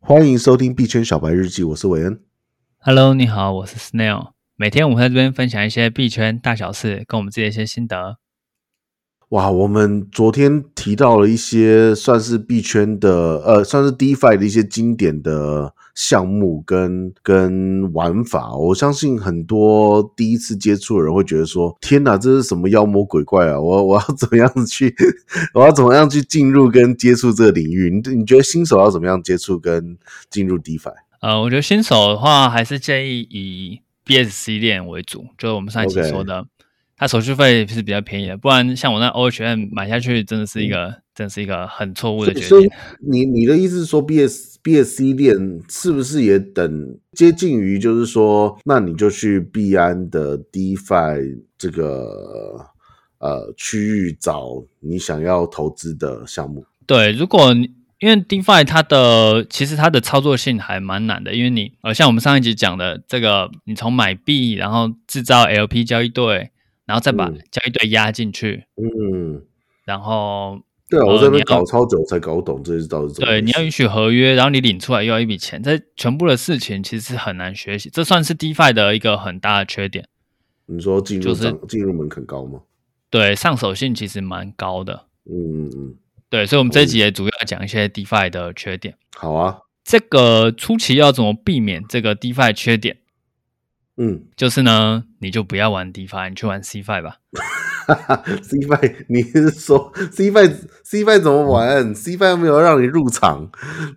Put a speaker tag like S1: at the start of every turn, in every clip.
S1: 欢迎收听币圈小白日记，我是韦恩。
S2: Hello，你好，我是 Snail。每天我们在这边分享一些币圈大小事，跟我们自己的一些心得。
S1: 哇，我们昨天提到了一些算是币圈的，呃，算是 DeFi 的一些经典的项目跟跟玩法。我相信很多第一次接触的人会觉得说：“天哪，这是什么妖魔鬼怪啊！我我要怎么样子去， 我要怎么样去进入跟接触这个领域？”你你觉得新手要怎么样接触跟进入 DeFi？
S2: 呃，我觉得新手的话，还是建议以 BSC 链为主，就是我们上一期
S1: OK
S2: 说的它手续费是比较便宜的。不然像我那 OHM 买下去，真的是一个，
S1: 嗯
S2: 真的是一个很错误的决
S1: 所以
S2: 定。
S1: 你你的意思是说，BS BSC 链是不是也等接近于，就是说，那你就去币安的 DeFi 这个呃区域找你想要投资的项目？
S2: 对，如果你因为 DeFi 它的其实它的操作性还蛮难的，因为你呃像我们上一集讲的这个，你从买币，然后制造 LP 交易对，然后再把
S1: 嗯
S2: 交易对压进去，
S1: 嗯，
S2: 然后
S1: 对啊，
S2: 呃
S1: 我这边
S2: 你要
S1: 搞超久才搞懂这是到底是怎么回
S2: 对
S1: 事。
S2: 你要允许合约，然后你领出来又要一笔钱，这全部的事情其实是很难学习，这算是 DeFi 的一个很大的缺点。
S1: 你说进入
S2: 就是
S1: 涨进入门槛高吗？
S2: 对，上手性其实蛮高的。
S1: 嗯嗯嗯，
S2: 对，所以我们这一
S1: 同意
S2: 集也主要讲一些 DeFi 的缺点。
S1: 好啊，
S2: 这个初期要怎么避免这个 DeFi 缺点？
S1: 嗯。
S2: 就是呢，你就不要玩 DeFi，你去玩 CFi 吧。
S1: 哈哈 C Five，你是说 C Five C Five 怎么玩？C Five 没有让你入场，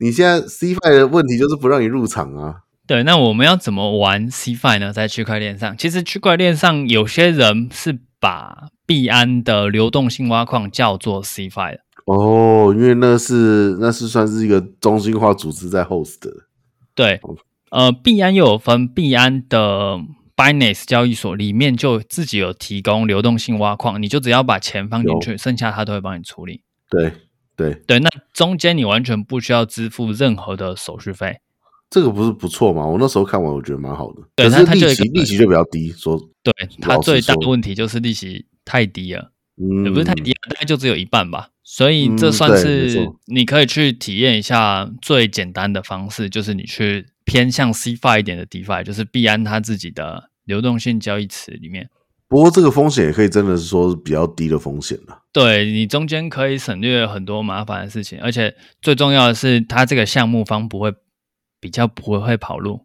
S1: 你现在 C Five 的问题就是不让你入场啊。
S2: 对，那我们要怎么玩 CFi 呢？在区块链上，其实区块链上有些人是把币安的流动性挖矿叫做 CFi 的。
S1: 哦，因为那是那是算是一个中心化组织在 host 的。
S2: 对，呃，币安又有分币安的 Binance 交易所里面就自己有提供流动性挖矿，你就只要把钱放进去，剩下它都会帮你处理。
S1: 对对，
S2: 对，那中间你完全不需要支付任何的手续费。
S1: 这个不是不错嘛？我那时候看完我觉得蛮好的，
S2: 对
S1: 可
S2: 它
S1: 是
S2: 它就有
S1: 利
S2: 一个
S1: 息利息就比较低，说
S2: 对，它
S1: 老实
S2: 最大
S1: 说
S2: 的问题就是利息太低了。
S1: 嗯
S2: 也不是太低，啊大概就只有一半吧。所以这
S1: 嗯
S2: 算
S1: 对没
S2: 是
S1: 错
S2: 你可以去体验一下最简单的方式，就是你去偏向 CFI 一点的 DeFi，就是币安它自己的流动性交易池里面，
S1: 不过这个风险也可以真的是说是比较低的风险了。
S2: 对你中间可以省略很多麻烦的事情，而且最重要的是，它这个项目方不会比较不会跑路。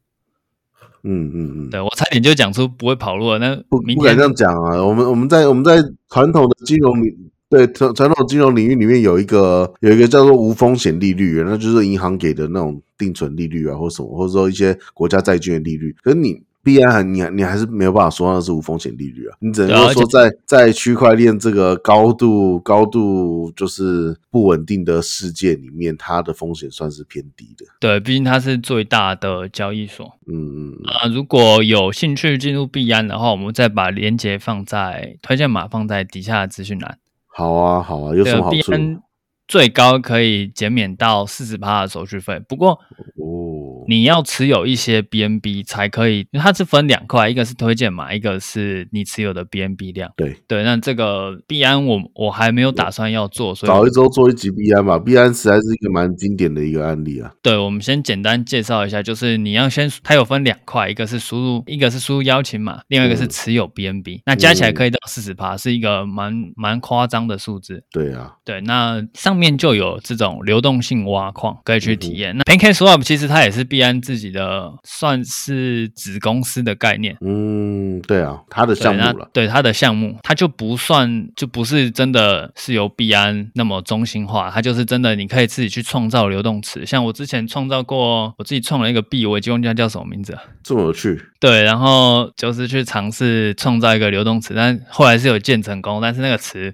S1: 嗯嗯嗯。
S2: 对我差点就讲出不会跑路了，那
S1: 不
S2: 明
S1: 不敢
S2: 天
S1: 这样讲啊！我们我们在我们在传统的金融领对传传统金融领域里面有一个有一个叫做无风险利率，那就是银行给的那种定存利率啊，或什么，或者说一些国家债券的利率。可是你必然很你还你还是没有办法说那是无风险利率啊，你只能
S2: 对啊
S1: 够
S2: 而
S1: 说
S2: 且
S1: 在在区块链这个高度高度就是不稳定的世界里面，它的风险算是偏低的。
S2: 对，毕竟它是最大的交易所。
S1: 嗯嗯，嗯
S2: 啊、如果有兴趣进入币安的话，我们再把链接放在推荐码放在底下的资讯栏。
S1: 好啊好啊，有
S2: 对
S1: 什么好
S2: 币
S1: 处？
S2: 安最高可以减免到四十趴的手续费，不过
S1: 哦，
S2: 你要持有一些 BNB 才可以，因为它是分两块，一个是推荐码，一个是你持有的 BNB 量。
S1: 对。
S2: 对，那这个币安我我还没有打算要做，所以
S1: 找
S2: 我
S1: 一周做一集币安吧，币安实在是一个蛮经典的一个案例啊。
S2: 对，我们先简单介绍一下，就是你要先，它有分两块，一个是输入，一个是输入邀请码，另外一个是
S1: 嗯
S2: 持有 BNB，、那加起来
S1: 嗯
S2: 可以到四十趴，是一个蛮蛮夸张的数字。
S1: 对啊，
S2: 对，那上面就有这种流动性挖矿可以去
S1: 嗯
S2: 体
S1: 哼
S2: 验。那 Pancake Swap 其实它也是币安自己的，算是子公司的概念。
S1: 嗯，对啊，他的
S2: 对
S1: 项
S2: 那
S1: 目了，
S2: 对它的项目，它就不算，就不是真的是由币安那么中心化，它就是真的你可以自己去创造流动池。像我之前创造过，我自己创了一个币，我已经忘记它叫什么名字了。
S1: 这么有趣。
S2: 对，然后就是去尝试创造一个流动池，但后来是有建成功，但是那个池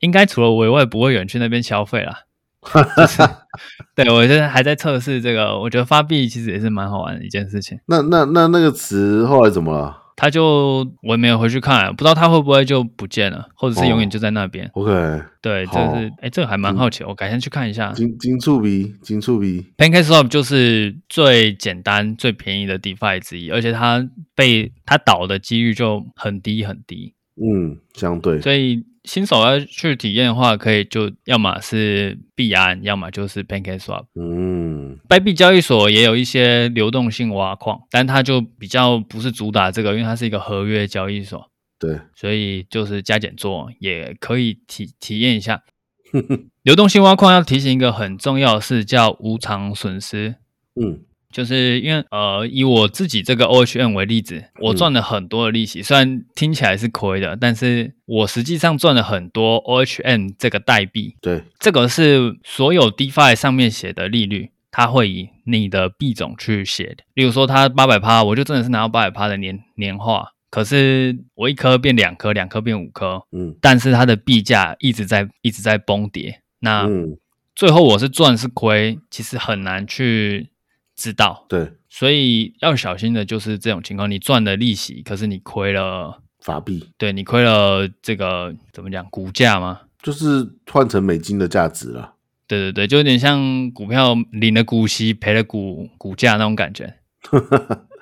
S2: 应该除了我以外，不会有人去那边消费啦。 就是、对我现在还在测试这个，我觉得发币其实也是蛮好玩的一件事情。
S1: 那那那那个词后来怎么了
S2: 他就我也没有回去看，不知道他会不会就不见了，或者是永远就在那边。
S1: ？OK，
S2: 对，这
S1: 哦好
S2: 是哎、这个还蛮好奇的，我改天去看一下。
S1: 金金触鼻，金触鼻，
S2: Pancake Swap 就是最简单、最便宜的 DeFi 之一，而且它被它倒的几率就很低很低，
S1: 嗯，相对，
S2: 所以新手要去体验的话，可以就要么是币安，要么就是 PancakeSwap。
S1: 嗯，
S2: b 币交易所也有一些流动性挖矿，但它就比较不是主打这个，因为它是一个合约交易所，
S1: 对，
S2: 所以就是加减做也可以体体验一下。流动性挖矿要提醒一个很重要的事，叫无偿损失。
S1: 嗯
S2: 就是因为呃，以我自己这个 OHM 为例子，我赚了很多的利息，虽然听起来是亏的，但是我实际上赚了很多 OHM 这个代币，
S1: 对，
S2: 这个是所有 DeFi 上面写的利率，它会以你的币种去写的。例如说，它八百趴，我就真的是拿到八百趴的年年化，可是我一颗变两颗，两颗变五颗，
S1: 嗯
S2: 但是它的币价一直在一直在崩跌。那
S1: 嗯
S2: 最后我是赚是亏，其实很难去知道。
S1: 对，
S2: 所以要小心的就是这种情况，你赚了利息，可是你亏了，
S1: 法币
S2: 对你亏了这个怎么讲股价吗？
S1: 就是换成美金的价值了。
S2: 对对对，就有点像股票领了股息赔了股股价那种感觉，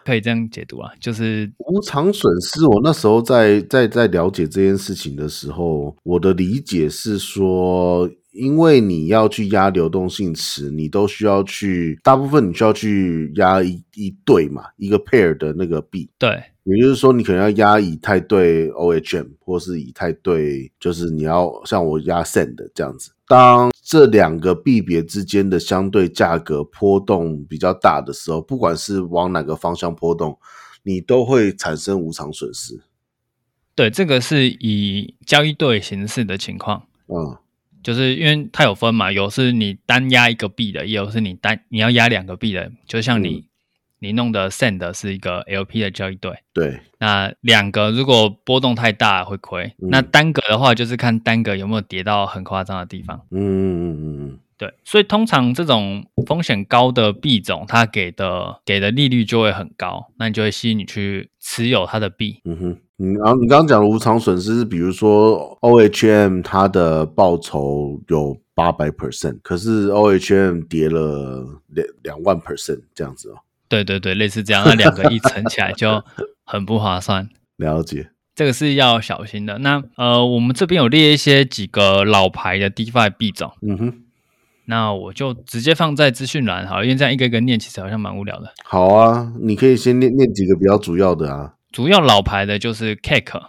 S2: 可以这样解读啊，就是
S1: 无偿损失，我那时候在在在了解这件事情的时候，我的理解是说，因为你要去压流动性池，你都需要去，大部分你需要去压一一对嘛，一个 pair 的那个币，
S2: 对
S1: 也就是说，你可能要压以太对 OHM，或是以太对，就是你要像我压 Send 这样子。当这两个币别之间的相对价格波动比较大的时候，不管是往哪个方向波动，你都会产生无偿损失。
S2: 对，这个是以交易对形式的情况，
S1: 嗯，
S2: 就是因为它有分嘛，有是你单压一个币的，也有是你单你要压两个币的，就像你、你弄的 Send 是一个 LP 的交易对。
S1: 对，
S2: 那两个如果波动太大会亏，
S1: 嗯
S2: 那单个的话就是看单个有没有跌到很夸张的地方。
S1: 嗯嗯嗯嗯
S2: 对，所以通常这种风险高的币种，它给的给的利率就会很高，那你就会吸引你去持有它的币。
S1: 嗯哼。你然后你刚刚讲的无偿损失，比如说 OHM 它的报酬有八百 percent，可是 OHM 跌了两两万 percent 这样子哦。
S2: 对对对，类似这样，那两个一乘起来就很不划算。
S1: 了解，
S2: 这个是要小心的。那呃，我们这边有列一些几个老牌的 DeFi 币种，
S1: 嗯哼，
S2: 那我就直接放在资讯栏好了，因为这样一个一个念其实好像蛮无聊的。
S1: 好啊，你可以先念念几个比较主要的啊，
S2: 主要老牌的就是 Cake，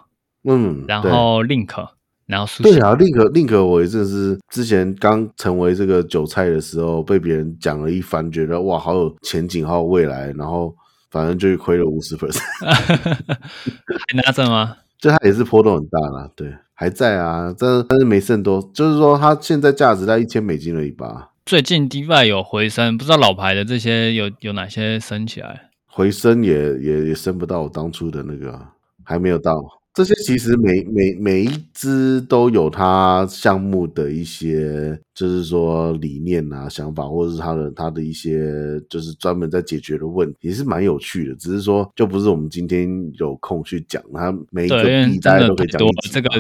S1: 嗯，
S2: 然
S1: 对
S2: 后 Link，然后 Sushi，
S1: 对啊，link link，我也真的是之前刚成为这个韭菜的时候，被别人讲了一番，觉得哇，好有前景，好有未来，然后反正就亏了五十 percent，
S2: 还拿着吗？
S1: 就它也是波动很大啦，对，还在啊，但但是没剩多，就是说它现在价值在一千美金而已吧，
S2: 最近 DeFi 有回升，不知道老牌的这些有有哪些升起来？
S1: 回升也也也升不到我当初的那个啊，还没有到。这些其实每每每一支都有它项目的一些，就是说理念啊、想法，或者是它的它的一些，就是专门在解决的问题，也是蛮有趣的。只是说，就不是我们今天有空去讲它每一
S2: 对，
S1: 个
S2: 因为
S1: 币，
S2: 真
S1: 大家
S2: 的
S1: 都可
S2: 太
S1: 以讲
S2: 多
S1: 一
S2: 了，
S1: 集
S2: 这个
S1: 吧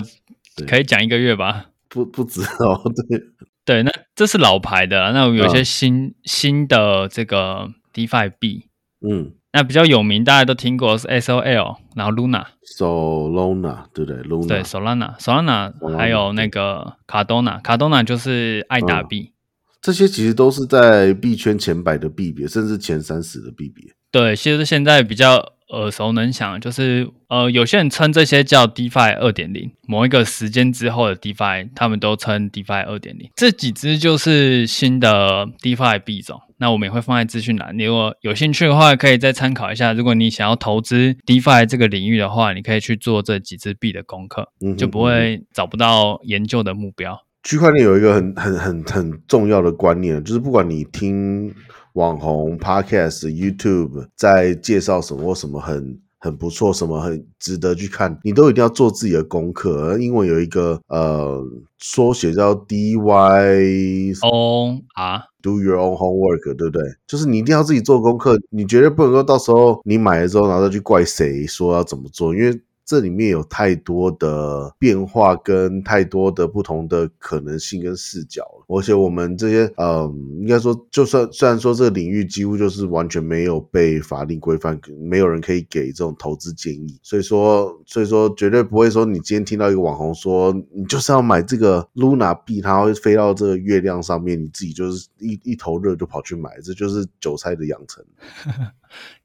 S1: 对
S2: 可以讲一个月吧。
S1: 不不止哦， 对，
S2: 对，那这是老牌的啊，那有些
S1: 嗯
S2: 新、新的这个 DeFi 币，
S1: 嗯
S2: 那比较有名，大家都听过是 SOL，然后 Luna，
S1: ，Solana 对不对？Luna
S2: 对，Solana，Solana，
S1: Solana，
S2: 还有那个 Cardona，Cardona 就是爱达
S1: 嗯
S2: 币。
S1: 这些其实都是在币圈前百的币别，甚至前三十的币别。
S2: 对，其实现在比较耳熟能详，就是呃，有些人称这些叫 DeFi 二点零，某一个时间之后的 DeFi，他们都称 DeFi 二点零。这几只就是新的 DeFi 币种，那我们也会放在资讯栏，你如果有兴趣的话，可以再参考一下。如果你想要投资 DeFi 这个领域的话，你可以去做这几只币的功课，
S1: 嗯哼
S2: 就不
S1: 嗯哼
S2: 会找不到研究的目标。
S1: 区块链有一个很很很很重要的观念，就是不管你听网红 podcast、YouTube 在介绍什么或什么很很不错，什么很值得去看，你都一定要做自己的功课。而英文有一个呃缩写叫 DY。
S2: O R
S1: Do your own homework，对不对？就是你一定要自己做功课，你绝对不能够到时候你买了之后，然后再去怪谁说要怎么做，因为这里面有太多的变化跟太多的不同的可能性跟视角了。而且我们这些，嗯，应该说，就算虽然说这个领域几乎就是完全没有被法令规范，没有人可以给这种投资建议，所以说，所以说绝对不会说你今天听到一个网红说你就是要买这个 Luna 币，它会飞到这个月亮上面，你自己就是一一头热就跑去买，这就是韭菜的养成。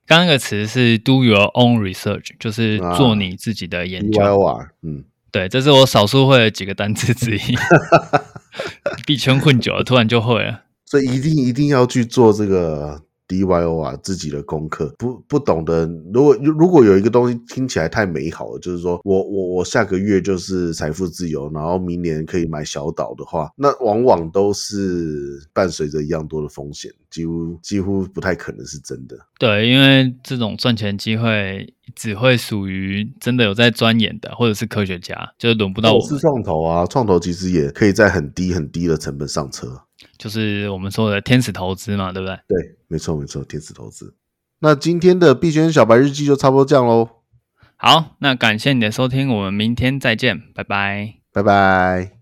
S2: 刚刚那个词是 do your own research，就是
S1: 啊
S2: 做你自己的研
S1: B
S2: 究。
S1: Y O R，嗯，
S2: 对，这是我少数会的几个单词之一。币圈混久了，突然就会了。
S1: 所以一定一定要去做这个 DYO 啊自己的功课。不不懂的，如果如果有一个东西听起来太美好了，就是说我我我下个月就是财富自由，然后明年可以买小岛的话，那往往都是伴随着一样多的风险，几乎几乎不太可能是真的。
S2: 对，因为这种赚钱机会只会属于真的有在钻研的，或者是科学家，就是轮不到我
S1: 哦是
S2: 们。
S1: 创投啊，创投其实也可以在很低很低的成本上车。
S2: 就是我们说的天使投资嘛，对不对？
S1: 对，没错没错，天使投资。那今天的币圈小白日记就差不多这样喽，
S2: 好，那感谢你的收听，我们明天再见，拜拜。
S1: 拜拜。